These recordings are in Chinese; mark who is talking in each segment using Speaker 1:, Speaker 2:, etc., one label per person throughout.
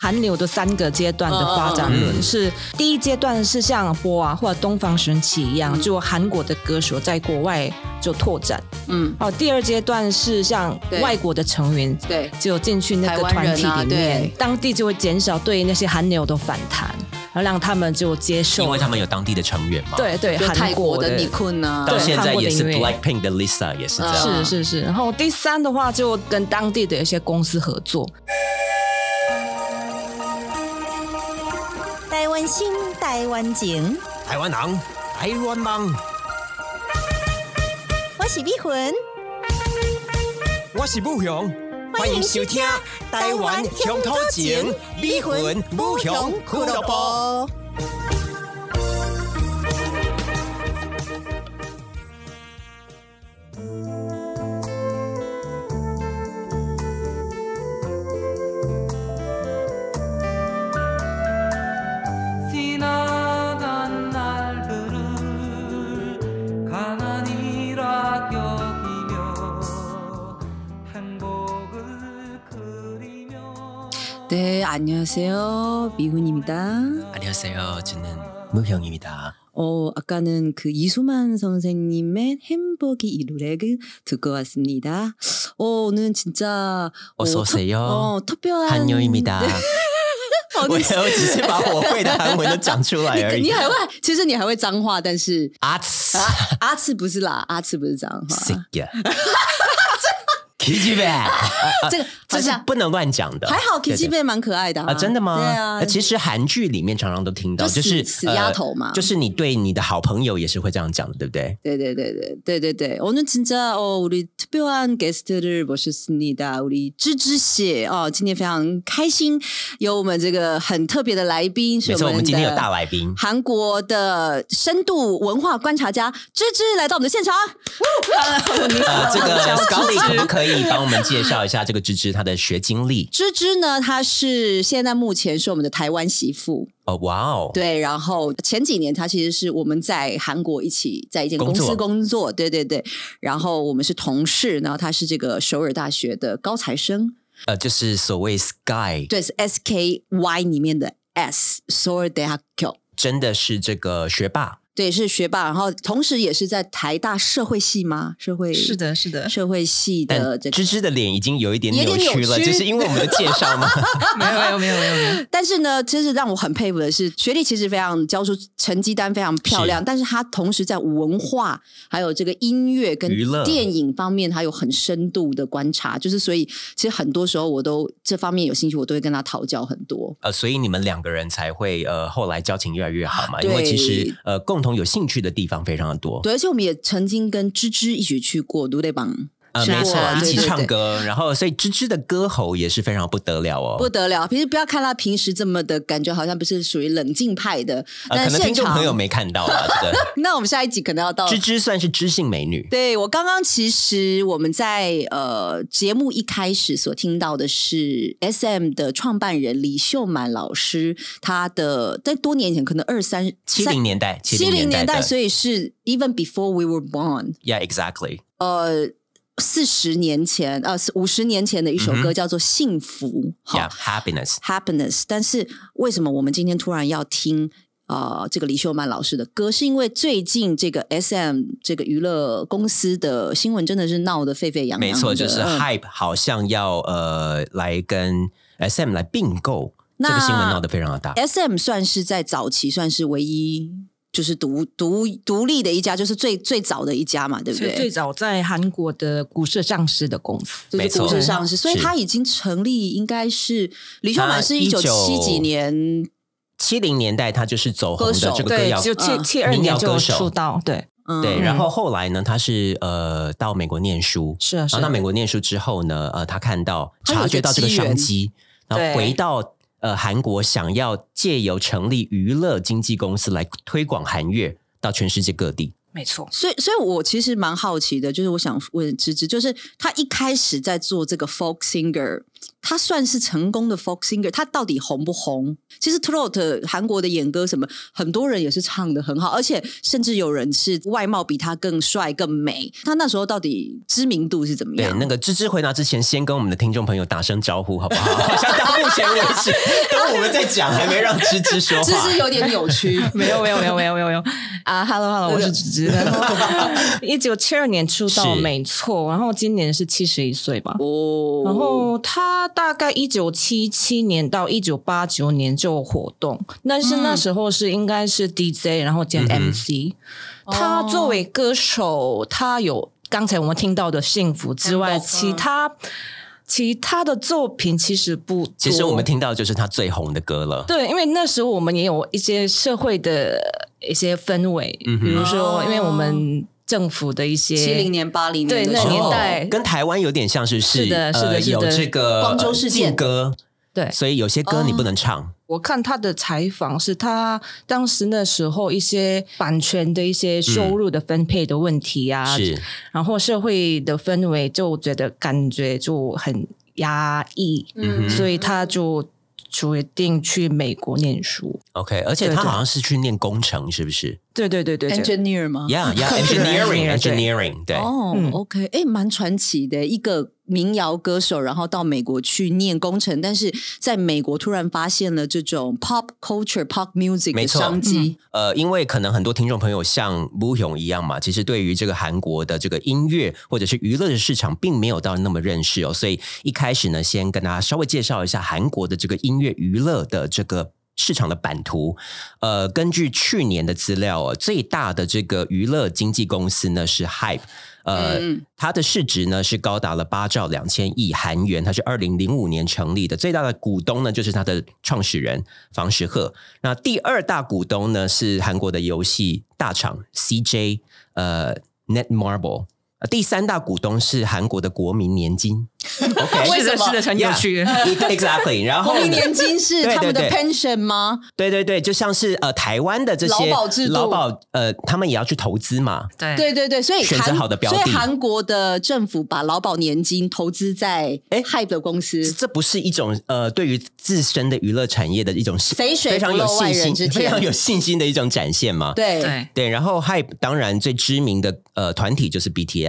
Speaker 1: 韩流的三个阶段的发展论是，第一阶段是像波啊或者东方神起一样，就韩国的歌手在国外就拓展。
Speaker 2: 嗯，
Speaker 1: 哦，第二阶段是像
Speaker 2: 对
Speaker 1: 外国的成员
Speaker 2: 对，
Speaker 1: 就进去那个
Speaker 2: 台湾
Speaker 1: 团
Speaker 2: 人
Speaker 1: 体
Speaker 2: 啊
Speaker 1: 里面，
Speaker 2: 对
Speaker 1: 当地就会减少对那些韩流的反弹，然后让他们就接受。
Speaker 3: 因为他们有当地的成员嘛。，
Speaker 1: 对对
Speaker 2: 就泰
Speaker 1: 韩
Speaker 2: 国
Speaker 1: 的
Speaker 2: 的
Speaker 3: 네.
Speaker 2: n 坤啊，
Speaker 3: 到
Speaker 1: 对
Speaker 3: 现在也是
Speaker 1: 韩国的音乐
Speaker 3: Blackpink 的 Lisa 也是这
Speaker 1: 是
Speaker 3: 样。
Speaker 1: 是是，然后第三的话就跟当地的一些公司合作，
Speaker 4: 台湾心，台湾情，
Speaker 5: 台湾人，台湾梦，
Speaker 4: 我是美魂，
Speaker 5: 我是武雄，欢迎收听《台湾乡土情》，美魂武雄俱乐部。
Speaker 4: 部。
Speaker 6: 지나간 날들을 가난이라 여기며 행복을 그리며
Speaker 2: 네, 안녕하세요. 미훈입니다.
Speaker 3: 안녕하세요. 저는 무형입니다.
Speaker 2: 어, 아까는 그 이소만 선생님의 햄버기 이 노래를 듣고 왔습니다. 어, 오늘 진짜 어,
Speaker 3: 어서
Speaker 2: 터-
Speaker 3: 오세요.
Speaker 2: 어, 특별한
Speaker 3: 한요입니다.
Speaker 2: 哦，
Speaker 3: 我
Speaker 2: 你
Speaker 3: 我只是把我会的韩文都讲出来而
Speaker 2: 你
Speaker 3: 已
Speaker 2: 你。还会，其实你还会脏话，但是
Speaker 3: 啊呲，
Speaker 1: 아.
Speaker 2: 阿次不是啦，阿次不是脏
Speaker 3: 死
Speaker 2: 话，
Speaker 3: 呀！奇迹呗，
Speaker 2: 这个 这
Speaker 3: 这是
Speaker 2: 是啊
Speaker 3: 不能乱讲的。
Speaker 2: 还好 K
Speaker 3: 对对
Speaker 2: G 贝蛮可爱的
Speaker 3: 啊，真的吗？
Speaker 2: 对啊
Speaker 3: 呃，其实韩剧里面常常都听到，
Speaker 2: 就
Speaker 3: 就
Speaker 2: 死
Speaker 3: 是
Speaker 2: 死
Speaker 3: 呃
Speaker 2: 丫头嘛
Speaker 3: 就是你对你的好朋友也是会这样讲的，对不对？
Speaker 2: 네, 네, 네, 네, 네, 네, 네. 오늘 진짜 어, 우리 특별한 게스트를 모셨습니다. 우리 쯔쯔 씨, 哦 어,
Speaker 3: 没
Speaker 2: 今天
Speaker 3: 错，我们今天有大
Speaker 2: 非常开心，有我们这个很特别的来宾，是我们的。
Speaker 3: 来宾，
Speaker 2: 韩国的深度文化观察家芝芝来到我们的现场，
Speaker 3: 呃，这个
Speaker 2: 小
Speaker 3: Scully 可不可以帮我们介绍一下这个芝芝她的学经历？
Speaker 2: 芝芝呢，她是现在目前是我们的台湾媳妇，
Speaker 3: 哦，哇哦，
Speaker 2: 对，然后前几年他其实是我们在韩国一起在一间公
Speaker 3: 工
Speaker 2: 司
Speaker 3: 作
Speaker 2: 工作，对对对，然后我们是同事，然后他是这个首尔大学的高材生，
Speaker 3: 呃，就是所谓 Sky，
Speaker 2: 对，是 S K Y 里面的 S 首尔大学。
Speaker 3: 真的是这个学霸，
Speaker 2: 对，是学霸，然后同时也是在台大社会系吗？社会
Speaker 1: 是，的，是的，
Speaker 2: 社会系的
Speaker 3: 但
Speaker 2: 这个
Speaker 3: 芝芝的脸已经有一点
Speaker 2: 有点
Speaker 3: 扭曲
Speaker 2: 扭
Speaker 3: 了，
Speaker 2: 曲
Speaker 3: 就是因为我们的介 绍吗？
Speaker 1: 没有没有没有没有没有，
Speaker 2: 但是呢，真是让我很佩服的是，学历其实非常，交出成绩单非常漂亮，但是他同时在文化、还有这个音乐跟
Speaker 3: 娱乐
Speaker 2: 电影方面，他有很深度的观察。就是所以，其实很多时候我都这方面有兴趣，我都会跟他讨教很多。
Speaker 3: 呃，所以你们两个人才会呃后来交情越来越好嘛，
Speaker 2: 对
Speaker 3: 因为其实呃共同有兴趣的地方非常的多，
Speaker 2: 对，而且我们也曾经跟芝芝一起去过卢雷榜，
Speaker 3: 呃，
Speaker 2: 是
Speaker 3: 没错
Speaker 2: 我，
Speaker 3: 一起
Speaker 2: 对对
Speaker 3: 唱
Speaker 2: 对
Speaker 3: 歌，然后所以芝芝的歌喉也是非常不得了哦，
Speaker 2: 不得了。平时不要看他平时这么的感觉，好像不是属于冷静派的，
Speaker 3: 呃，
Speaker 2: 但
Speaker 3: 可
Speaker 2: 是
Speaker 3: 能
Speaker 2: 现
Speaker 3: 听众
Speaker 2: 场
Speaker 3: 朋友没看到啊，这个
Speaker 2: 那我们下一集可能要到
Speaker 3: 芝芝算是知性美女，
Speaker 2: 对我刚刚其实我们在呃节目一开始所听到的是 S M 的创办人李秀满老师，他的在多年前可能二三
Speaker 3: 七零年代，
Speaker 2: 七零
Speaker 3: 零
Speaker 2: 年代，
Speaker 3: 代
Speaker 2: 所以是 even before we were born，
Speaker 3: ，Yeah，exactly，
Speaker 2: 呃。四十年前，呃，五十年前的一首歌叫做《幸福》好
Speaker 3: Yeah，happiness。
Speaker 2: happiness。但是为什么我们今天突然要听呃这个李秀曼老师的歌？是因为最近这个 S M 这个娱乐公司的新闻真的是闹得沸沸扬扬的，
Speaker 3: 没错，就是
Speaker 2: 嗯
Speaker 3: Hype 好像要呃来跟 SM 来并购，这
Speaker 2: 那哎
Speaker 3: 个新闻闹得非常的大。
Speaker 2: S M 算是在早期算是唯一就是独独独立的一家，就是最最早的一家嘛，对不
Speaker 1: 是
Speaker 2: 对？
Speaker 1: 最早在韩国的股市上市的公司，
Speaker 2: 就
Speaker 3: 没
Speaker 2: 是
Speaker 3: 错
Speaker 2: 股市上市，所以
Speaker 3: 是
Speaker 2: 它已经成立，应该是李秀满
Speaker 3: 它
Speaker 2: 是一九七
Speaker 3: 19
Speaker 2: 几年
Speaker 3: 七零年代，他就是走红
Speaker 2: 歌手
Speaker 3: 的这个歌
Speaker 1: 对
Speaker 3: 谣，，
Speaker 1: 就七
Speaker 2: 嗯
Speaker 1: 七二
Speaker 3: 民
Speaker 1: 年
Speaker 3: 谣歌
Speaker 1: 就
Speaker 3: 手
Speaker 1: 出道，对，
Speaker 2: 嗯
Speaker 3: 对。然后后来呢，他是呃到美国念书，
Speaker 1: 是啊，
Speaker 3: 然
Speaker 1: 是
Speaker 3: 后到
Speaker 1: 啊
Speaker 3: 美国念书之后呢，呃，他看到
Speaker 2: 他有一个
Speaker 3: 察觉到这个
Speaker 2: 机缘
Speaker 3: 商机，然
Speaker 1: 对
Speaker 3: 后回到呃韩国，想要借由成立娱乐经纪公司来推广韩乐到全世界各地。
Speaker 1: 没错，
Speaker 2: 所以，所以我其实蛮好奇的，就是我想问芝芝，就是他一开始在做这个 folk singer 他算是成功的 folk singer，他到底红不红？其实 Trot 韩国的演歌什么，很多人也是唱的很好，而且甚至有人是外貌比他更帅更美。他那时候到底知名度是怎么
Speaker 3: 对，
Speaker 2: 样？
Speaker 3: 那个芝芝回答之前，先跟我们的听众朋友打声招呼，好不好？ 好像到目前为止，都我们在讲，还没让芝 芝说
Speaker 2: 是不
Speaker 3: 话
Speaker 2: 是。有点扭曲？
Speaker 1: 没有没有没有没有没有没有 啊，Hello Hello，我是芝芝，然后一九七二年出道，
Speaker 3: 是
Speaker 1: 没错，然后今年是七十一岁吧。
Speaker 2: 哦，
Speaker 1: 然后他大概一九七七年到一九八九年就活动，但是那时候是应该是 DJ，然后兼
Speaker 3: 嗯哼
Speaker 1: MC。他作为歌手，他有刚才我们听到的《幸福》之外，
Speaker 2: Amber
Speaker 1: 其他其他的作品其实不多。
Speaker 3: 其实我们听到就是他最红的歌了，
Speaker 1: 对，因为那时候我们也有一些社会的一些氛围，比如
Speaker 2: 哦
Speaker 1: 说，因为我们政府的一些
Speaker 2: 七零年八零年
Speaker 1: 对
Speaker 2: 的
Speaker 1: 那
Speaker 2: 时候
Speaker 1: 年代
Speaker 3: 哦跟台湾有点像是
Speaker 1: 是的是的
Speaker 3: 呃
Speaker 1: 是的
Speaker 3: 有这个
Speaker 2: 光州事件
Speaker 3: 禁歌，
Speaker 1: 对哦
Speaker 3: 所以有些歌你不能唱。
Speaker 1: 我看他的采访是他当时那时候一些版权的一些收入的分配的问题啊，
Speaker 3: 是，
Speaker 1: 然后社会的氛围就觉得感觉就很压抑，
Speaker 3: 嗯
Speaker 1: 所以他就决定去美国念书。
Speaker 3: OK，而且
Speaker 1: 对
Speaker 3: 他
Speaker 1: 对
Speaker 3: 好像是去念工程，是不是
Speaker 1: 对对对对对。
Speaker 2: engineer
Speaker 1: 嗯
Speaker 2: 吗？
Speaker 3: ？Yeah, yeah,
Speaker 1: 工程
Speaker 3: engineering,
Speaker 1: engineer，对
Speaker 3: engineering，对，
Speaker 2: 哦、
Speaker 1: 嗯
Speaker 2: o k 哎、蛮传奇的，一个民谣歌手，然后到美国去念工程，但是在美国突然发现了这种 pop culture、pop music
Speaker 3: 没
Speaker 2: 的
Speaker 3: 错
Speaker 2: 商机。
Speaker 3: 呃，因为可能很多听众朋友像吴勇一样嘛，其实对于这个韩国的这个音乐或者是娱乐的市场，并没有到那么认识哦。所以一开始呢，先跟大家稍微介绍一下韩国的这个音乐娱乐的这个。市场的版图，呃，根据去年的资料哦，最大的这个娱乐经纪公司呢是 Hype，呃，
Speaker 2: 嗯
Speaker 3: 它的市值呢是高达了八兆两千亿韩元，它是二零零五年成立的，最大的股东呢就是它的创始人房石赫，那第二大股东呢是韩国的游戏大厂 CJ，呃，Netmarble。呃第三大股东是韩国的国民年金 ，OK，
Speaker 2: 为什么
Speaker 1: 哎是的，很有趣。
Speaker 3: ，exactly。然后
Speaker 2: 国
Speaker 3: 呢
Speaker 2: 民年金是
Speaker 3: 嗯哦对
Speaker 2: 他们的
Speaker 3: 对对
Speaker 2: pension 吗？
Speaker 3: 对对对，就像是呃台湾的这些
Speaker 2: 劳保制度
Speaker 3: 劳保呃，他们也要去投资嘛，
Speaker 1: 对
Speaker 2: 对对对，所以
Speaker 3: 嗯选择
Speaker 2: 韩
Speaker 3: 好的标的
Speaker 2: 所以韩国的政府把劳保年金投资在
Speaker 3: 诶
Speaker 2: Hype 的公司，
Speaker 3: 这这不是一种呃对于自身的娱乐产业的一种
Speaker 2: 肥水
Speaker 3: 非常
Speaker 2: 不
Speaker 3: 有
Speaker 2: 漏外
Speaker 3: 信
Speaker 2: 人
Speaker 3: 心、
Speaker 2: 之
Speaker 3: 非常
Speaker 2: 田
Speaker 3: 有信心的一种展现嘛。
Speaker 2: 对
Speaker 1: 对
Speaker 3: 对，然后 Hype 当然最知名的呃团体就是BTS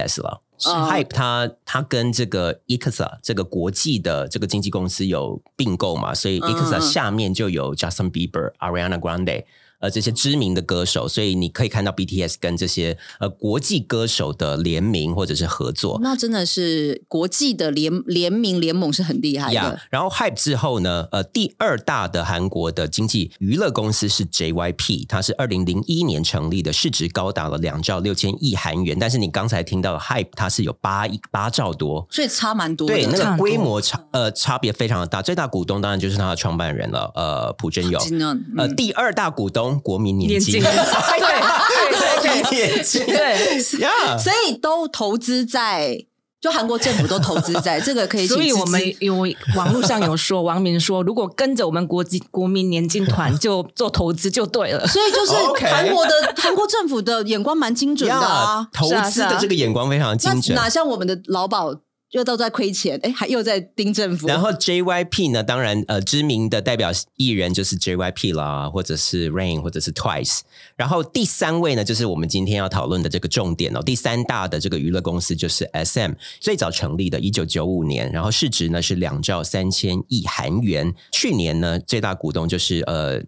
Speaker 2: 嗯
Speaker 3: 了。Hype 它它跟这个 EXA 这个国际的这个经纪公司有并购嘛，所以
Speaker 2: 嗯
Speaker 3: EXA
Speaker 2: 嗯
Speaker 3: 下面就有 Justin Bieber、Ariana Grande 呃这些知名的歌手，所以你可以看到 BTS 跟这些呃国际歌手的联名或者是合作。
Speaker 2: 那真的是国际的联联名联盟是很厉害
Speaker 3: 呀
Speaker 2: 的。
Speaker 3: 然后 Hype 之后呢，呃，第二大的韩国的经济娱乐公司是 JYP，它是二零零一年成立的，市值高达了两兆六千亿韩元。但是你刚才听到的 Hype，它是有八亿八兆多。
Speaker 2: 所以差蛮多的。
Speaker 3: 对，那
Speaker 1: 差
Speaker 3: 个
Speaker 1: 很多
Speaker 3: 规模差呃差别非常的大，最大股东当然就是它的创办人了，呃，朴正佑。
Speaker 2: 真的嗯
Speaker 3: 呃，第二大股东国民年
Speaker 1: 年
Speaker 3: 金，
Speaker 1: 金 对
Speaker 3: 对，年金，
Speaker 1: 对
Speaker 3: 呀，
Speaker 2: 所以都投资在，就韩国政府都投资在 这个可以
Speaker 1: 对，
Speaker 2: 请
Speaker 1: 所以
Speaker 2: 芝芝，
Speaker 1: 我们有网络上有说，王明说，如果跟着我们国际国民年金团就做投资就对了。
Speaker 2: 所以就是
Speaker 3: 哦 OK
Speaker 2: 韩国的韩国政府的眼光蛮精准的
Speaker 3: 呀
Speaker 2: 啊，，
Speaker 3: 投
Speaker 1: 是啊
Speaker 3: 资
Speaker 1: 是啊
Speaker 3: 的这个眼光非常精
Speaker 2: 那
Speaker 3: 准。
Speaker 2: 哪像我们的劳保又都在亏钱，哎，还又在盯政府，
Speaker 3: 然后 JYP 呢，当然呃，知名的代表艺人就是 JYP 啦，或者是 Rain，或者是 Twice。然后第三位呢，就是我们今天要讨论的这个重点哦。第三大的这个娱乐公司就是 SM，最早成立的，一九九五年，然后市值呢是两兆三千亿韩元。去年呢，最大股东就是呃。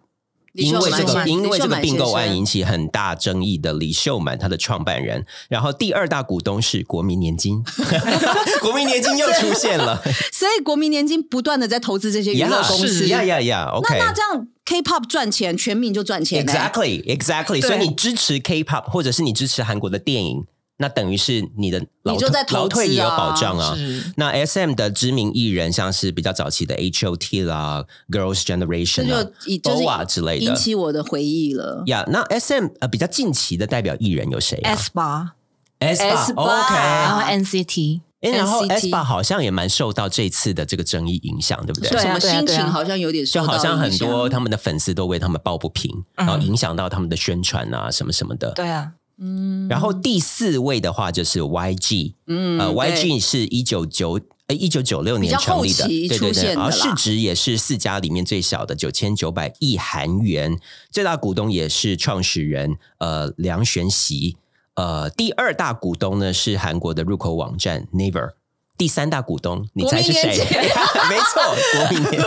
Speaker 2: 李
Speaker 3: 因
Speaker 2: 秀
Speaker 3: 为
Speaker 2: 满
Speaker 3: 这个
Speaker 2: 先生
Speaker 3: 因为这个
Speaker 2: 李秀
Speaker 3: 并
Speaker 2: 满
Speaker 3: 购案
Speaker 2: 先生
Speaker 3: 引起很大争议的李秀满，他的创办人，然后第二大股东是国民年金， 国民年金又出现了，
Speaker 2: 所以国民年金不断的在投资这些娱乐公司。
Speaker 3: 呀呀呀
Speaker 2: 那
Speaker 3: ，OK。
Speaker 2: 那这样 K-pop 赚钱，全民就赚钱、哎
Speaker 3: Exactly, exactly。所以你支持 K-pop，或者是你支持韩国的电影，那等于是你的老
Speaker 2: 你就在投资啊
Speaker 3: 劳退也有保障啊。
Speaker 1: 是
Speaker 3: 那 S M 的知名艺人，像是比较早期的 H O T 啦、Girls
Speaker 2: 这
Speaker 3: Generation 啦
Speaker 2: 就已就
Speaker 3: BOA 之
Speaker 2: 是
Speaker 3: 类的
Speaker 2: 引起我的回忆了。
Speaker 3: 呀那 S M 呃比较近期的代表艺人有谁啊
Speaker 1: ，S 八，
Speaker 3: ？S 吧
Speaker 2: S8
Speaker 3: ，OK。
Speaker 1: 然
Speaker 2: 啊
Speaker 1: 后 NCT，
Speaker 3: 诶然后 S
Speaker 2: NCT
Speaker 3: 吧好像也蛮受到这次的这个争议影响，对不对？
Speaker 1: 对啊
Speaker 2: 什么心
Speaker 1: 对啊
Speaker 2: 情好像有点受
Speaker 3: 就
Speaker 2: 到
Speaker 3: 好像很
Speaker 2: 影响
Speaker 3: 多他们的粉丝都为他们抱不平，
Speaker 1: 嗯
Speaker 3: 然后影响到他们的宣传啊什么什么的。
Speaker 1: 对啊，
Speaker 2: 嗯
Speaker 3: 然后第四位的话就是 YG，、
Speaker 2: 嗯
Speaker 3: 呃
Speaker 2: 对
Speaker 3: ，YG 是一九九呃一九九六年
Speaker 2: 比较
Speaker 3: 成立的，
Speaker 2: 后期
Speaker 3: 对对
Speaker 2: 出
Speaker 3: 对，
Speaker 2: 现的
Speaker 3: 然后
Speaker 2: 啦
Speaker 3: 市值也是四家里面最小的，九千九百亿韩元，最大股东也是创始人呃梁玄熙，呃第二大股东呢是韩国的入口网站 Naver。第三大股东，你猜是谁？
Speaker 2: 国民年
Speaker 3: 没错，国民年。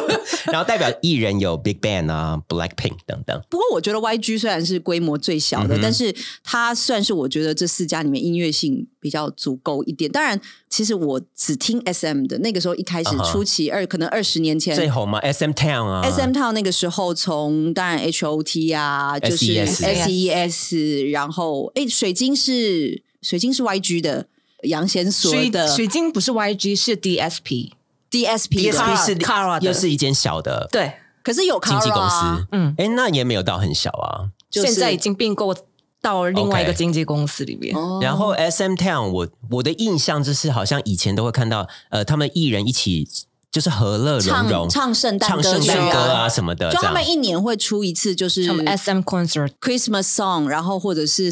Speaker 3: 然后代表艺人有 Big Bang 啊、Blackpink 等等。
Speaker 2: 不过我觉得 YG 虽然是规模最小的，
Speaker 3: 嗯哼
Speaker 2: 但是它算是我觉得这四家里面音乐性比较足够一点。当然，其实我只听 SM 的，那个时候一开始
Speaker 3: 啊哈
Speaker 2: 初期二、可能二十年前
Speaker 3: 最红嘛，SM Town 啊
Speaker 2: S M Town 那个时候，从当然 H O T 啊，就是
Speaker 3: SES
Speaker 2: S E S，然后哎，水晶是水晶是 Y G 的，杨贤所
Speaker 1: 水
Speaker 2: 的
Speaker 1: 水晶不是 YG 是 DSP，
Speaker 2: D S P
Speaker 3: DSP 是
Speaker 1: Kara 啊的
Speaker 3: 又是一间小的
Speaker 1: 对，
Speaker 2: 可是有 Kara
Speaker 3: 经纪公
Speaker 2: 啊
Speaker 3: 司，
Speaker 1: 嗯
Speaker 3: 哎，那也没有到很小啊。
Speaker 2: 就是
Speaker 1: 现在已经并购到另外一个
Speaker 3: OK
Speaker 1: 经纪公司里面。
Speaker 2: 哦
Speaker 3: 然后 S M Town，我我的印象就是好像以前都会看到，呃，他们艺人一起就是和乐融融
Speaker 2: 唱唱圣诞
Speaker 3: 唱
Speaker 2: 歌
Speaker 3: 圣
Speaker 2: 曲
Speaker 3: 诞歌
Speaker 2: 啊
Speaker 3: 啊。什么的，
Speaker 2: 就
Speaker 3: 这
Speaker 2: 他
Speaker 3: 样
Speaker 2: 们一年会出一次，就是
Speaker 1: 什么 SM concert，
Speaker 2: Christmas song，然后或者是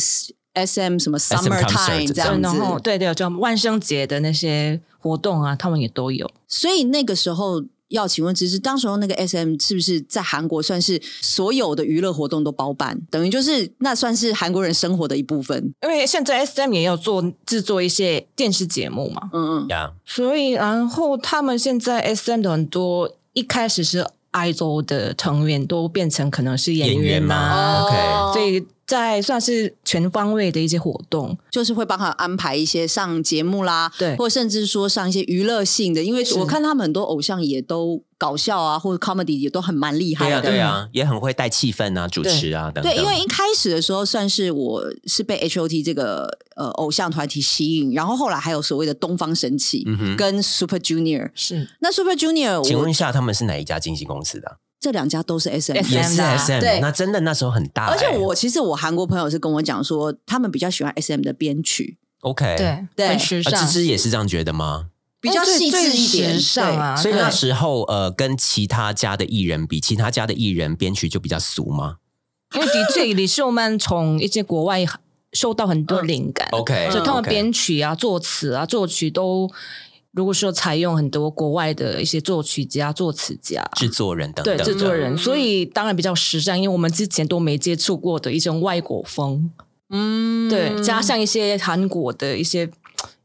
Speaker 2: S M 什么 Summer
Speaker 3: concert，
Speaker 2: Time 这样
Speaker 1: 然
Speaker 2: 子。
Speaker 1: 后对对，就万圣节的那些活动啊，他们也都有。
Speaker 2: 所以那个时候要请问芝芝，当时候那个 S M 是不是在韩国算是所有的娱乐活动都包办，等于就是那算是韩国人生活的一部分。
Speaker 1: 因为现在 SM 也有做制作一些电视节目嘛，
Speaker 2: 嗯嗯，
Speaker 3: 呀
Speaker 1: 所以然后他们现在 SM 的很多一开始是 idol 的成员都变成可能是演
Speaker 3: 演员
Speaker 1: 员
Speaker 3: 嘛
Speaker 2: 嗯
Speaker 1: 啊，
Speaker 3: OK
Speaker 1: 所以在算是全方位的一些活动。
Speaker 2: 就是会帮他安排一些上节目啦，
Speaker 1: 对
Speaker 2: 或甚至说上一些娱乐性的，因为
Speaker 1: 是
Speaker 2: 我看他们很多偶像也都搞笑啊，或者 comedy 也都很蛮厉害
Speaker 3: 对
Speaker 2: 的。
Speaker 3: 啊对啊，也很会带气氛啊，主持啊等等。
Speaker 2: 对，因为一开始的时候算是我是被 H O T 这个呃偶像团体吸引，然后后来还有所谓的东方神起、
Speaker 3: 嗯哼
Speaker 2: 跟 Super Junior。
Speaker 1: 是
Speaker 2: 那 Super Junior，
Speaker 3: 请
Speaker 2: 我
Speaker 3: 问一下，他们是哪一家经纪公司的啊？
Speaker 2: 这两家都是 S M，
Speaker 1: SM
Speaker 3: 也是
Speaker 1: 的啊
Speaker 3: S M，
Speaker 2: 对
Speaker 3: 那真的那时候很大欸。
Speaker 2: 而且我其实我韩国朋友是跟我讲说，他们比较喜欢 S M 的编曲，
Speaker 3: OK，啊，
Speaker 1: 对
Speaker 2: 对
Speaker 1: 很时尚，哦
Speaker 3: 芝芝也是这样觉得吗？
Speaker 2: 比较细致一
Speaker 1: 最
Speaker 2: 点。
Speaker 1: 时尚啊，
Speaker 3: 所以那
Speaker 1: 对
Speaker 3: 时候呃，跟其他家的艺人比，其他家的艺人编曲就比较俗吗
Speaker 1: 因为的确，李秀曼从一些国外受到很多灵感，
Speaker 2: 呃
Speaker 3: 哦？OK，
Speaker 1: 就他们
Speaker 3: OK
Speaker 1: 编曲啊、作词啊、作曲都，如果说采用很多国外的一些作曲家、作词家。
Speaker 3: 制作人等
Speaker 1: 对
Speaker 3: 等
Speaker 1: 制作
Speaker 3: 的
Speaker 1: 人，所以当然比较时尚，因为我们之前都没接触过的一种外国风，
Speaker 2: 嗯，
Speaker 1: 对，加上一些韩国的一些嘖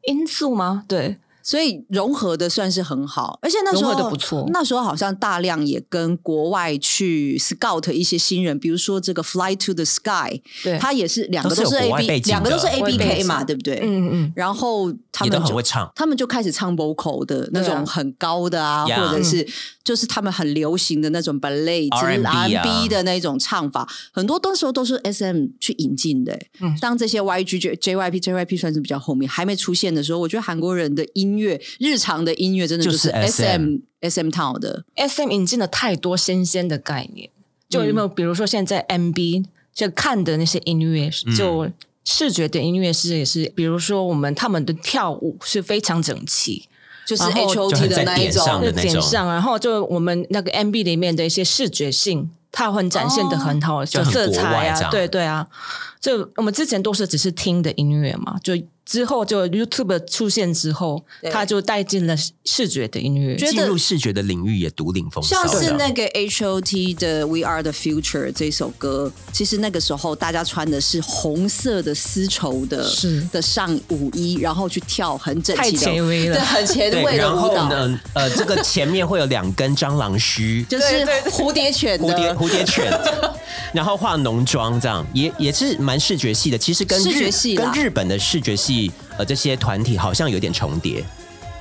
Speaker 1: 因素吗？对，
Speaker 2: 所以融合的算是很好，而且那时
Speaker 1: 融
Speaker 2: 候
Speaker 1: 合得不错
Speaker 2: 那时候好像大量也跟国外去 scout 一些新人，比如说这个 Fly to the Sky，
Speaker 1: 对
Speaker 2: 他也是两个
Speaker 3: 都
Speaker 2: 都
Speaker 3: 是
Speaker 2: 是
Speaker 3: 有
Speaker 2: A
Speaker 3: 国外
Speaker 2: B，
Speaker 3: 背景的
Speaker 2: 两个都是
Speaker 1: 国
Speaker 2: A
Speaker 1: 外
Speaker 2: B
Speaker 1: 背
Speaker 2: K
Speaker 1: 景
Speaker 2: 嘛，对不对？
Speaker 1: 嗯嗯，
Speaker 2: 然后他
Speaker 3: 也
Speaker 2: 们
Speaker 3: 都很
Speaker 2: 就
Speaker 3: 会唱。
Speaker 2: 他们就开始唱 vocal 的那
Speaker 1: 对啊
Speaker 2: 种很高的啊，
Speaker 3: Yeah 嗯
Speaker 2: 或者是就是他们很流行的那种 ballet、
Speaker 3: R&B 啊
Speaker 2: R&B 的那种唱法，很多当时候都是 SM 去引进的、欸
Speaker 1: 嗯
Speaker 2: 当这些 YG、J- JYP、JYP 算是比较后面还没出现的时候，我觉得韩国人的音乐日常的音乐真的
Speaker 3: 就是 SM
Speaker 2: SM SM t o w 的，
Speaker 1: S M 引进了太多新鲜的概念，就有没有、
Speaker 2: 嗯
Speaker 1: 比如说现在 M B 就看的那些音乐，
Speaker 3: 嗯
Speaker 1: 就视觉的音乐是也是，比如说我们他们的跳舞是非常整齐，
Speaker 2: 就是
Speaker 1: 然后
Speaker 2: H O
Speaker 3: 就
Speaker 2: T
Speaker 3: 很在
Speaker 2: 的那一
Speaker 3: 点上
Speaker 2: 种
Speaker 3: 的。
Speaker 1: 就
Speaker 3: 那
Speaker 1: 点
Speaker 3: 种
Speaker 1: 上，然后就我们那个 M B 里面的一些视觉性。它很展现的很好，
Speaker 3: 哦就
Speaker 1: 就
Speaker 3: 很
Speaker 1: 色
Speaker 3: 国
Speaker 1: 彩
Speaker 3: 外这
Speaker 1: 啊，
Speaker 3: 样
Speaker 1: 对对啊，就我们之前都是只是听的音乐嘛，就之后就 YouTube 出现之后，
Speaker 2: 对
Speaker 1: 它就带进了视觉的音乐，
Speaker 2: 觉得
Speaker 3: 进入视觉的领域也独领风骚
Speaker 2: 像
Speaker 3: 的，
Speaker 2: 是那个 H O T 的《We Are the Future》这首歌，其实那个时候大家穿的是红色的丝绸的，
Speaker 1: 是
Speaker 2: 的上舞衣，然后去跳很整
Speaker 1: 太
Speaker 2: 齐的
Speaker 1: 前
Speaker 2: 舞，
Speaker 1: 卫了
Speaker 2: 对，。很前
Speaker 3: 对，
Speaker 2: 卫的
Speaker 3: 然
Speaker 2: 舞
Speaker 3: 后
Speaker 2: 蹈，，
Speaker 3: 呢，呃，这个前面会有两根蟑螂须
Speaker 2: 就是蝴蝶犬
Speaker 3: 蝴蝶
Speaker 2: 的。
Speaker 3: 蝴蝶犬， 然后化浓妆这样，也也是蛮视觉系的。其实跟
Speaker 2: 视
Speaker 3: 日
Speaker 2: 觉系
Speaker 3: 跟
Speaker 2: 啦
Speaker 3: 日本的视觉系呃这些团体好像有点重叠，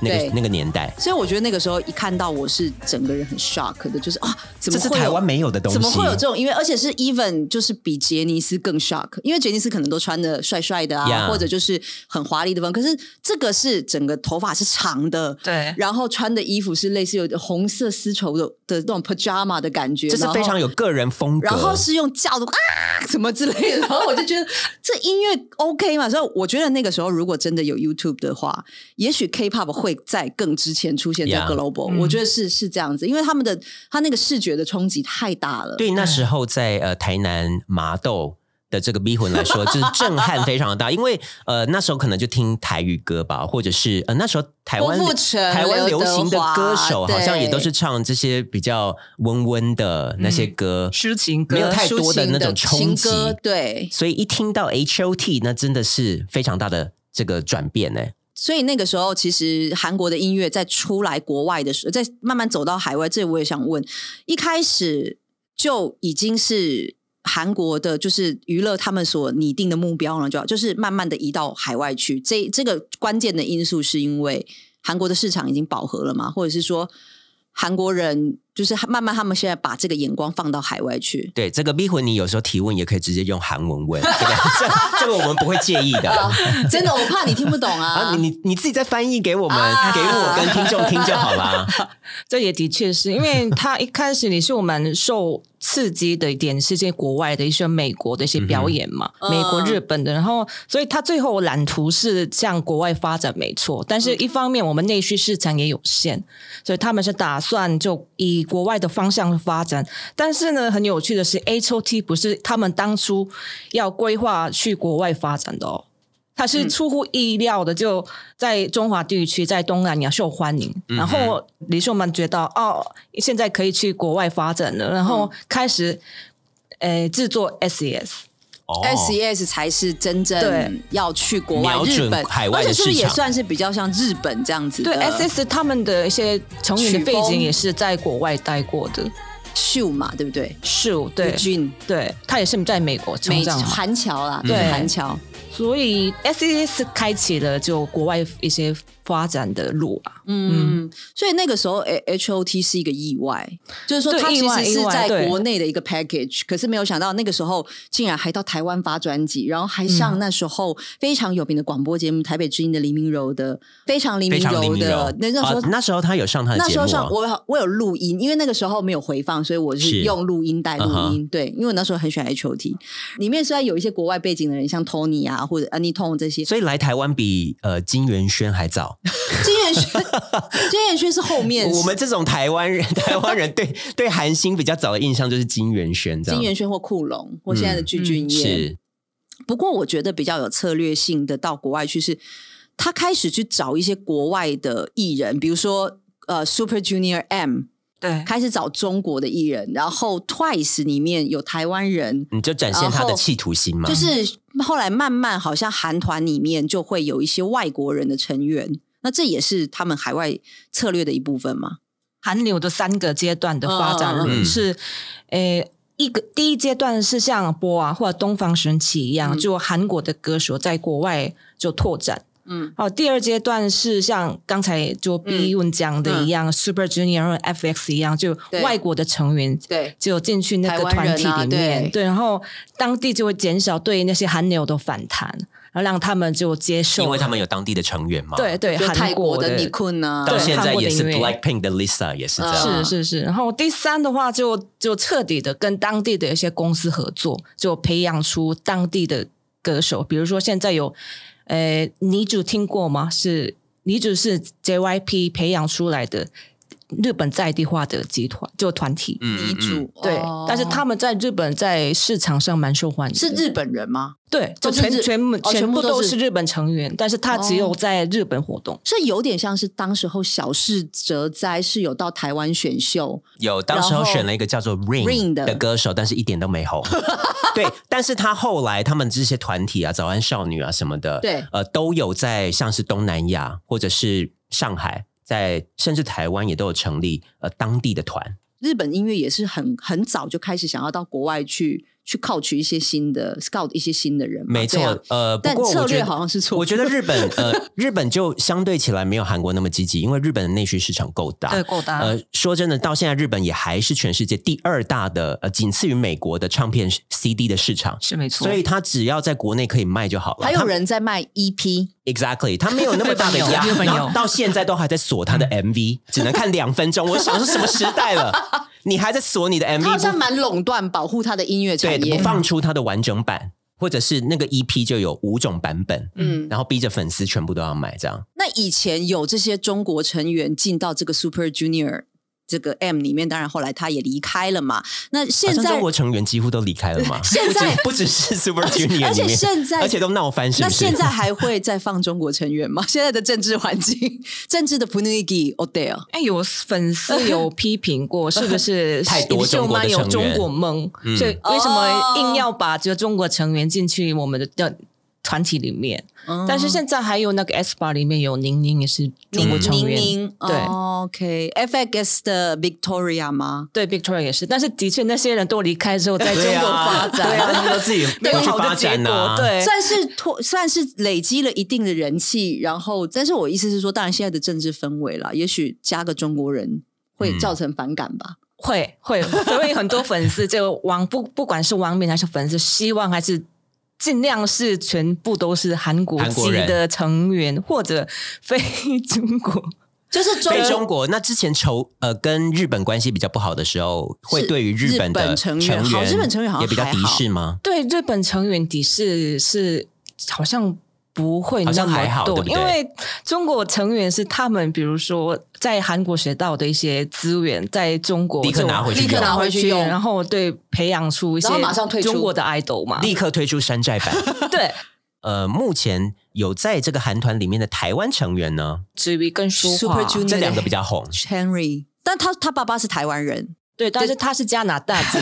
Speaker 3: 那
Speaker 2: 对
Speaker 3: 个那个年代，
Speaker 2: 所以我觉得那个时候一看到我是整个人很 shock 的，就是啊，怎
Speaker 3: 这
Speaker 2: 么
Speaker 3: 是
Speaker 2: 会有
Speaker 3: 台湾没有的东西，
Speaker 2: 怎么会有这种音乐？而且是 even 就是比杰尼斯更 shock，因为杰尼斯可能都穿的帅帅的啊
Speaker 3: Yeah
Speaker 2: 或者就是很华丽的风格，可是这个是整个头发是长的，
Speaker 1: 对
Speaker 2: 然后穿的衣服是类似有红色丝绸的的那种 pajama 的感觉，
Speaker 3: 这是非
Speaker 2: 然后
Speaker 3: 常有个人风格，
Speaker 2: 然后是用叫的啊什么之类的，然 后我就觉得这音乐 OK 嘛，所以我觉得那个时候如果真的有 YouTube 的话，也许 K-pop 会在更之前出现在
Speaker 3: Yeah
Speaker 2: global，、我觉得是是这样子，因为他们
Speaker 7: 嗯
Speaker 2: 的他那个视觉的冲击太大了。
Speaker 3: 对，那时候在呃台南麻豆的这个逼魂来说，就是震撼非常的 大，因为呃那时候可能就听台语歌吧，或者是呃那时候台湾
Speaker 7: 郭富城
Speaker 3: 台湾流行的歌
Speaker 7: 刘德华
Speaker 3: 手
Speaker 7: 对
Speaker 3: 好像也都是唱这些比较温温的那些歌，
Speaker 1: 抒情歌
Speaker 3: 没有太多
Speaker 7: 抒嗯情
Speaker 3: 那种冲
Speaker 7: 情
Speaker 3: 击，
Speaker 7: 歌，对。
Speaker 3: 所以一听到 H O T，那真的是非常大的这个转变呢、
Speaker 2: 所以那个时候，其实韩国的音乐在出来国外的时候，在慢慢走到海外，这我也想问，一开始就已经是韩国的，就是娱乐他们所拟定的目标了，就就是慢慢的移到海外去。这这个关键的因素是因为韩国的市场已经饱和了嘛，或者是说韩国人就是慢慢他们现在把这个眼光放到海外去。
Speaker 3: 对，这个逼魂，你有时候提问也可以直接用韩文问，对 吧？这这个我们不会介意的。
Speaker 7: 真的，我怕你听不懂
Speaker 3: 啊，
Speaker 7: 啊！
Speaker 3: 你你你自己再翻译给我们，
Speaker 7: 啊
Speaker 3: 给我跟听众听就 好啦。
Speaker 1: 这也的确是 因为他一开始也是我们受刺激的一点是些国外的一些美国的一些表演嘛，
Speaker 7: 嗯哼
Speaker 1: 美国、
Speaker 7: 嗯
Speaker 1: 日本的，然后所以他最后蓝图是向国外发展没错，但是一方面我们内需市场也有限，所以他们是打算就以国外的方向发展。但是呢，很有趣的是，H O T 不是他们当初要规划去国外发展的哦。它是
Speaker 2: 嗯
Speaker 1: 出乎意料的，就在中华地区，在东南亚受欢迎。
Speaker 2: 嗯
Speaker 1: 然后李秀满觉得，哦，现在可以去国外发展了，然
Speaker 2: 嗯
Speaker 1: 后开始，呃，制作 SES。
Speaker 3: 哦
Speaker 2: SES E 才是真正
Speaker 1: 对
Speaker 2: 要去国外
Speaker 3: 瞄准
Speaker 2: 日本，
Speaker 3: 海外
Speaker 2: 而
Speaker 3: 的
Speaker 2: 且是不是
Speaker 3: 市
Speaker 2: 也
Speaker 3: 场
Speaker 2: 算是比较像日本这样子的？
Speaker 1: 对，SS 他们的一些成员的背
Speaker 2: 呃曲风
Speaker 1: 景也是在国外待过的，
Speaker 2: 秀嘛，对不对？
Speaker 1: 是，哦对，
Speaker 2: 俊
Speaker 1: 对，他也是在美国成
Speaker 2: 美
Speaker 1: 长嘛，
Speaker 2: 韩侨啦，
Speaker 1: 对
Speaker 2: 韩侨。
Speaker 1: 所以 SES 开启了就国外一些发展的路啊。
Speaker 2: 嗯，所以那个时候 H O T 是一个意外，就是说
Speaker 1: 对
Speaker 2: 它其
Speaker 1: 意外
Speaker 2: 实是
Speaker 1: 意外
Speaker 2: 在
Speaker 1: 对
Speaker 2: 国内的一个 package，可是没有想到那个时候竟然还到台湾发专辑，然后还上那时候非常有名的广播节目《台北之音》的黎明柔的，非常黎
Speaker 3: 非
Speaker 2: 明
Speaker 3: 常
Speaker 2: 柔
Speaker 3: 灵敏
Speaker 2: 的
Speaker 3: 柔
Speaker 2: 那时候
Speaker 3: 啊。那时候他有上他的
Speaker 2: 那
Speaker 3: 节
Speaker 2: 时
Speaker 3: 目
Speaker 2: 候
Speaker 3: 啊，
Speaker 2: 上我有我有录音，因为那个时候没有回放，所以我
Speaker 3: 是
Speaker 2: 是用录音带录
Speaker 3: 嗯
Speaker 2: 音。对，因为我那时候很喜欢 H O T，里面虽然有一些国外背景的人，像 Tony 啊或者 Anitone 这些，
Speaker 3: 所以来台湾比呃金元轩还早。
Speaker 2: 金元轩 金元轩是后面
Speaker 3: 我们这种台 湾人，台湾人对对韩星比较早的印象就是金元轩这样。
Speaker 2: 金元轩或库龙或现在的具俊晔。
Speaker 3: 嗯是
Speaker 2: 不过我觉得比较有策略性的到国外去是，他开始去找一些国外的艺人，比如说呃 Super Junior M
Speaker 1: 对，
Speaker 2: 开始找中国的艺人，然后 Twice 里面有台湾人。
Speaker 3: 你嗯就展现他的企图心嘛，
Speaker 2: 就是后来慢慢好像韩团里面就会有一些外国人的成员，那这也是他们海外策略的一部分嘛。
Speaker 1: 韩流的三个阶段的发展
Speaker 2: 嗯
Speaker 3: 嗯嗯
Speaker 1: 路是，诶、一个第一阶段是像波啊或者东方神起一样，
Speaker 2: 嗯
Speaker 1: 就韩国的歌手在国外就拓展。
Speaker 2: 嗯
Speaker 1: 哦，第二阶段是像刚才就 B 问讲的一样、s u p e r Junior、FX 一样，就
Speaker 2: 对
Speaker 1: 外国的成员
Speaker 2: 对
Speaker 1: 就进去那个
Speaker 2: 台湾
Speaker 1: 团
Speaker 2: 人
Speaker 1: 体
Speaker 2: 啊
Speaker 1: 里面，
Speaker 2: 对
Speaker 1: 对，然后当地就会减少对那些韩流的反弹，然后让他们就接受，
Speaker 3: 因为他们有当地的成员嘛。
Speaker 1: 对对
Speaker 2: 就泰
Speaker 1: 韩
Speaker 2: 国
Speaker 1: 的
Speaker 2: 的 n i k u n 啊，
Speaker 3: 到
Speaker 1: 对
Speaker 3: 现在也
Speaker 1: 韩
Speaker 3: 是
Speaker 1: 国的音乐
Speaker 3: Blackpink 的 Lisa 也是这样。
Speaker 1: 是
Speaker 2: 嗯
Speaker 1: 是是，然后第三的话就就彻底的跟当地的一些公司合作，就培养出当地的歌手，比如说现在有，呃，女主听过吗？是女主是 JYP 培养出来的日本在地化的集团就团
Speaker 3: 嗯
Speaker 1: 体，
Speaker 2: 女主
Speaker 1: 对，
Speaker 2: 哦
Speaker 1: 但是他们在日本在市场上蛮受欢迎的，
Speaker 2: 是日本人吗？
Speaker 1: 对，
Speaker 2: 都
Speaker 1: 就是全
Speaker 2: 日
Speaker 1: 全部、
Speaker 2: 哦全部
Speaker 1: 部
Speaker 2: 都
Speaker 1: 都
Speaker 2: 是
Speaker 1: 是日本成员，但是他只有
Speaker 2: 哦
Speaker 1: 在日本活动。
Speaker 2: 这有点像是当时候小室哲哉是有到台湾选秀，
Speaker 3: 有，当时候
Speaker 2: 然后
Speaker 3: 选了一个叫做 Rain
Speaker 2: Rain 的
Speaker 3: 的歌手，但是一点都 没红。对，但是他后来他们这些团体啊，早安少女啊什么的，
Speaker 2: 对
Speaker 3: 呃，都有在像是东南亚或者是上海，在甚至台湾也都有成立呃当地的团。
Speaker 2: 日本音乐也是很很早就开始想要到国外去去 coach 一些新的 scout 一些新的人嘛，
Speaker 3: 没错
Speaker 2: 对啊，
Speaker 3: 呃，不
Speaker 2: 但
Speaker 3: 过
Speaker 2: 策
Speaker 3: 我觉
Speaker 2: 略
Speaker 3: 得
Speaker 2: 好像是错
Speaker 3: 我觉得日本呃， 日本就相对起来没有韩国那么积极，因为日本的内需市场够大，
Speaker 1: 对，够
Speaker 2: 啊
Speaker 1: 大。
Speaker 3: 呃，说真的，到现在日本也还是全世界第二大的，呃，仅次于美国的唱片 CD 的市场。
Speaker 1: 是没错，
Speaker 3: 所以它只要在国内可以卖就好了。
Speaker 2: 还有
Speaker 3: 它
Speaker 2: 人在卖 E EP，
Speaker 3: exactly，它没有那么大的
Speaker 1: 日本有
Speaker 3: 压
Speaker 1: 日
Speaker 3: 力，
Speaker 1: 本有
Speaker 3: 然后到现在都还在锁它的 MV，只能看两分钟。我想说什么时代了，你还在锁你的
Speaker 2: 他好
Speaker 3: MV，
Speaker 2: 像
Speaker 3: 不
Speaker 2: 蛮垄断保护他的音乐
Speaker 3: 对，
Speaker 2: 产
Speaker 3: 不
Speaker 2: 业，
Speaker 3: 放出它的完整版，或者是那个 EP 就有五种版本，
Speaker 2: 嗯。
Speaker 3: 然后逼着粉丝全部都要买这样。
Speaker 2: 那以前有这些中国成员进到这个 Super Junior 这个 M 里面，当然后来他也离开了嘛。那现
Speaker 3: 好像
Speaker 2: 在
Speaker 3: 中国成员几乎都离开了嘛？
Speaker 2: 现在
Speaker 3: 不只不只是 Super Junior，
Speaker 2: 而且
Speaker 3: 里面
Speaker 2: 现在
Speaker 3: 而且都闹翻，是
Speaker 2: 那
Speaker 3: 不是？
Speaker 2: 现在还会再放中国成员吗？现在的政治环境， 政治的 p u n i g i o d e l
Speaker 1: 哎，有粉丝有批评过，是不是
Speaker 3: 太多
Speaker 1: 秀
Speaker 3: 中国
Speaker 1: 妈
Speaker 3: 的
Speaker 1: 有
Speaker 3: 成
Speaker 1: 中
Speaker 3: 员嗯
Speaker 1: 国梦？所以为什么硬要把这个中国成员进去我们的的团体里面？但是现在还有那个 S 八里面有宁宁也是中
Speaker 3: 嗯
Speaker 1: 国成员，
Speaker 2: 宁
Speaker 1: 对
Speaker 2: o k 哦 f x 的 Victoria 吗？
Speaker 1: 对 Victoria 也是，但是的确那些人都离开之后，在中
Speaker 3: 对
Speaker 1: 国发
Speaker 3: 啊，
Speaker 1: 展，
Speaker 3: 对啊，他们都自己
Speaker 1: 对
Speaker 3: 回去
Speaker 1: 好的
Speaker 3: 发
Speaker 1: 结
Speaker 3: 展啊
Speaker 1: 果
Speaker 3: 呐，，
Speaker 1: 对。
Speaker 2: 算是拓，算是累积了一定的人气，然后，但是我意思是说，当然现在的政治氛围啦，也许加个中国人会造成反感吧。
Speaker 1: 会会，所以很多粉 丝就网不不管是网民还是粉丝，希望还是尽量是全部都是韩国
Speaker 3: 韩
Speaker 1: 籍
Speaker 3: 国人
Speaker 1: 的成员或者非 中国。
Speaker 2: 就是中
Speaker 3: 被中国那之前仇呃跟日本关系比较不好的时候，会对于
Speaker 2: 日
Speaker 3: 本的
Speaker 2: 本
Speaker 3: 成
Speaker 2: 成员好日本成员好像
Speaker 3: 也比较
Speaker 2: 还
Speaker 3: 敌
Speaker 2: 好
Speaker 3: 视吗？
Speaker 1: 对日本成员敌视是好像不会
Speaker 3: 好
Speaker 1: 那
Speaker 3: 像
Speaker 1: 么
Speaker 3: 还好
Speaker 1: 多，
Speaker 3: 对不对
Speaker 1: 因为中国成员是他们，比如说在韩国学到的一些资源，在中国
Speaker 3: 立刻
Speaker 1: 就
Speaker 3: 拿回去
Speaker 7: 立刻
Speaker 3: 用
Speaker 7: 拿回去用
Speaker 1: 然后对培养出一些
Speaker 7: 然后马上退出
Speaker 1: 中国的 idol
Speaker 2: 啊
Speaker 1: 嘛，
Speaker 3: 立刻推出山寨版。
Speaker 1: 对。
Speaker 3: 呃，目前有在这个韩团里面的台湾成员呢，
Speaker 1: 至于跟说话
Speaker 2: Super Junior
Speaker 3: 这两个比较红。
Speaker 2: Henry，但他他爸爸是台湾人，
Speaker 1: 对，但是他是加拿大 籍，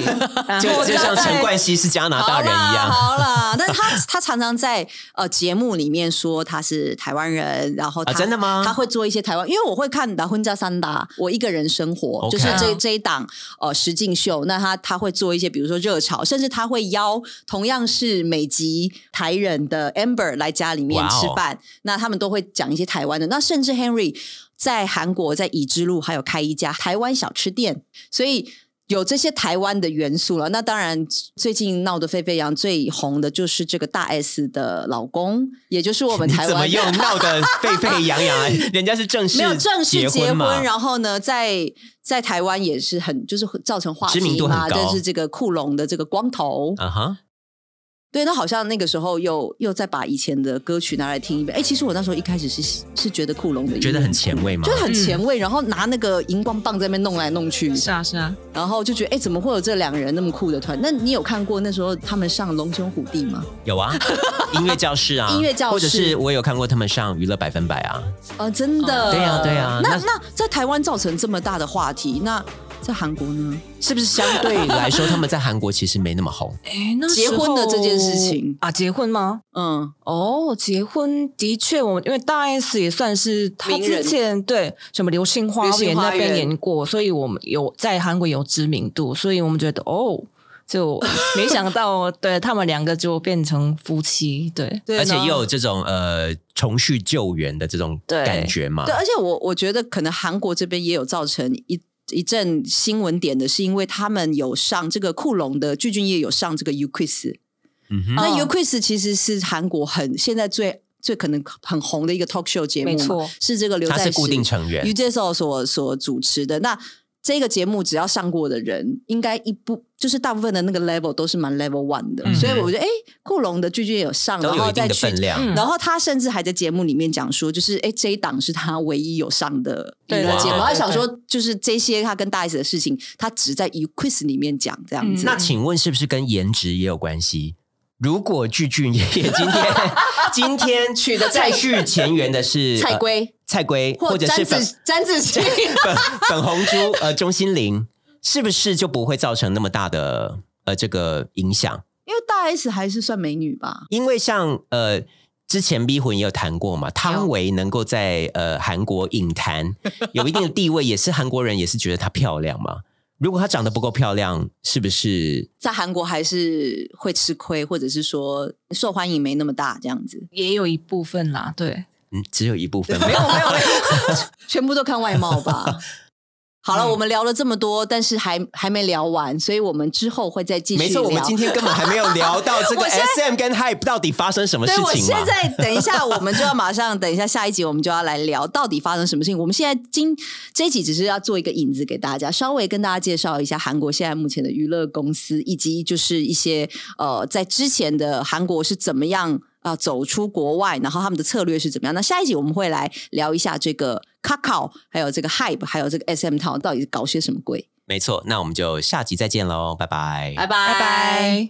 Speaker 1: 然
Speaker 3: 就
Speaker 1: 后
Speaker 3: 就
Speaker 1: 他
Speaker 3: 像
Speaker 1: 在
Speaker 3: 陈冠希是加拿大人一样，
Speaker 2: 好啦，好 啦但他他常常在呃节目里面说他是台湾人，然后他、
Speaker 3: 啊真的吗
Speaker 2: 他会做一些台湾，因为我会看《达婚加三达》，我一个人生活就
Speaker 3: OK 啊
Speaker 2: 是这这一档呃实境秀，那他他会做一些比如说热炒，甚至他会邀同样是美籍台人的 Amber 来家里面
Speaker 3: 哇哦
Speaker 2: 吃饭，那他们都会讲一些台湾的，那甚至 Henry。在韩国，在已知路还有开一家台湾小吃店，所以有这些台湾的元素了。那当然，最近闹得沸沸扬、最红的就是这个大 S 的老公，也就是我们
Speaker 3: 你
Speaker 2: 台
Speaker 3: 怎么
Speaker 2: 湾
Speaker 3: 又
Speaker 2: 的。
Speaker 3: 闹得沸沸扬扬啊？人家是正 式
Speaker 2: 没有正式结
Speaker 3: 婚嘛？
Speaker 2: 然后呢，在在台湾也是很就是造成话
Speaker 3: 知名
Speaker 2: 题
Speaker 3: 度很
Speaker 2: 嘛，
Speaker 3: 高
Speaker 2: 就是这个库龙的这个光头，
Speaker 3: 啊哈，
Speaker 2: 对，那好像那个时候又又再把以前的歌曲拿来听一遍。哎，其实我那时候一开始是是觉得库龙的音
Speaker 3: 觉得很前卫吗
Speaker 2: 就？很前卫，然后拿那个荧光棒在那边弄来弄去，
Speaker 1: 是啊是啊，
Speaker 2: 然后就觉得，哎，怎么会有这两个人那么酷的团？那你有看过那时候他们上《龙兄虎弟》吗？
Speaker 3: 有啊，音乐教室啊，
Speaker 2: 音乐教室
Speaker 3: 或者是我有看过他们上《娱乐百分百》 啊，
Speaker 2: 哦，真的。
Speaker 3: 对啊呀对呀
Speaker 2: 那
Speaker 3: 那
Speaker 2: 那在台湾造成这么大的话题，那在韩国呢？
Speaker 3: 是不是相对来说他们在韩国其实没那么红？
Speaker 1: 哎，那
Speaker 2: 结婚的这件事情
Speaker 1: 啊，结婚吗？
Speaker 2: 嗯，
Speaker 1: 哦，结婚的确，我因为大 S 也算是他
Speaker 2: 名人
Speaker 1: 之前对什么《流星花
Speaker 2: 流
Speaker 1: 园
Speaker 2: 星》花
Speaker 1: 那
Speaker 2: 园
Speaker 1: 边演过，所以我们有在韩国有知名度，所以我们觉得哦，就没想到对他们两个就变成夫妻，对
Speaker 2: 对呢，
Speaker 3: 而且也有这种呃重续救援的这种
Speaker 1: 对
Speaker 3: 感觉嘛
Speaker 2: 对，？而且我我觉得可能韩国这边也有造成一。一阵新闻点的是，因为他们有上这个库龙的具俊晔有上这个 U Quiz，
Speaker 3: 嗯哼，
Speaker 2: 那
Speaker 1: 哦
Speaker 2: U Quiz 其实是韩国很现在最最可能很红的一个 talk show 节目嘛，
Speaker 1: 没错
Speaker 2: 是这个刘
Speaker 3: 他
Speaker 2: 在
Speaker 3: 是
Speaker 2: 石
Speaker 3: 固定成员
Speaker 2: u j s o 所所主持的。那这个节目只要上过的人，应该一部就是大部分的那个 level 都是蛮 level one 的，
Speaker 3: 嗯
Speaker 2: 所以我觉得哎，库龙的剧剧也有上，
Speaker 3: 都
Speaker 2: 然
Speaker 3: 有
Speaker 2: 后
Speaker 3: 一定
Speaker 2: 再
Speaker 3: 的
Speaker 2: 去
Speaker 3: 分。量。
Speaker 1: 嗯
Speaker 2: 然后他甚至还在节目里面讲说，就是哎，这一档是他唯一有上的娱
Speaker 1: 对
Speaker 2: 乐节目。
Speaker 3: 对对
Speaker 2: 他想
Speaker 1: 对
Speaker 2: 说，就是这些他跟大 S 的事情，他只在 U Quiz 里面讲这样
Speaker 1: 嗯
Speaker 2: 子。
Speaker 3: 那请问是不是跟颜值也有关系？如果具俊 晔今天 今天去的再续前缘的是
Speaker 7: 蔡、
Speaker 3: 呃
Speaker 7: 圭
Speaker 3: 蔡圭，或
Speaker 7: 或
Speaker 3: 者
Speaker 7: 詹
Speaker 3: 是粉
Speaker 7: 子詹子 琪，
Speaker 3: 粉粉红猪呃钟欣凌，是不是就不会造成那么大的呃这个影响？
Speaker 2: 因为大 S 还是算美女吧，
Speaker 3: 因为像呃。之前逼魂也有谈过嘛，汤唯能够在呃韩国影 坛有一定的地位，也是韩国人也是觉得她漂亮嘛。如果她长得不够漂亮，是不是
Speaker 2: 在韩国还是会吃亏，或者是说受欢迎没那么大这样子，
Speaker 1: 也有一部分啦，对。
Speaker 3: 嗯只有一部分？
Speaker 2: 没有没 有没有，全部都看外貌吧。好了，
Speaker 1: 嗯
Speaker 2: 我们聊了这么多，但是还还没聊完，所以我们之后会再继续聊。
Speaker 3: 没错，我们今天根本还没有聊到这个
Speaker 2: 我现在
Speaker 3: S M 跟 Hype 到底发生什么事
Speaker 2: 对，我
Speaker 3: 情嘛
Speaker 2: 现？在等一下，我们就要马上等一下下一集，我们就要来聊到底发生什么事情。我们现在今这一集只是要做一个引子给大家，稍微跟大家介绍一下韩国现在目前的娱乐公司，以及就是一些呃在之前的韩国是怎么样。啊走出国外，然后他们的策略是怎么样？那下一集我们会来聊一下这个 Kakao，还有这个 Hype，还有这个 SM Town 到底搞些什么鬼？
Speaker 3: 没错，那我们就下集再见喽，拜拜，
Speaker 7: 拜拜。
Speaker 1: 拜。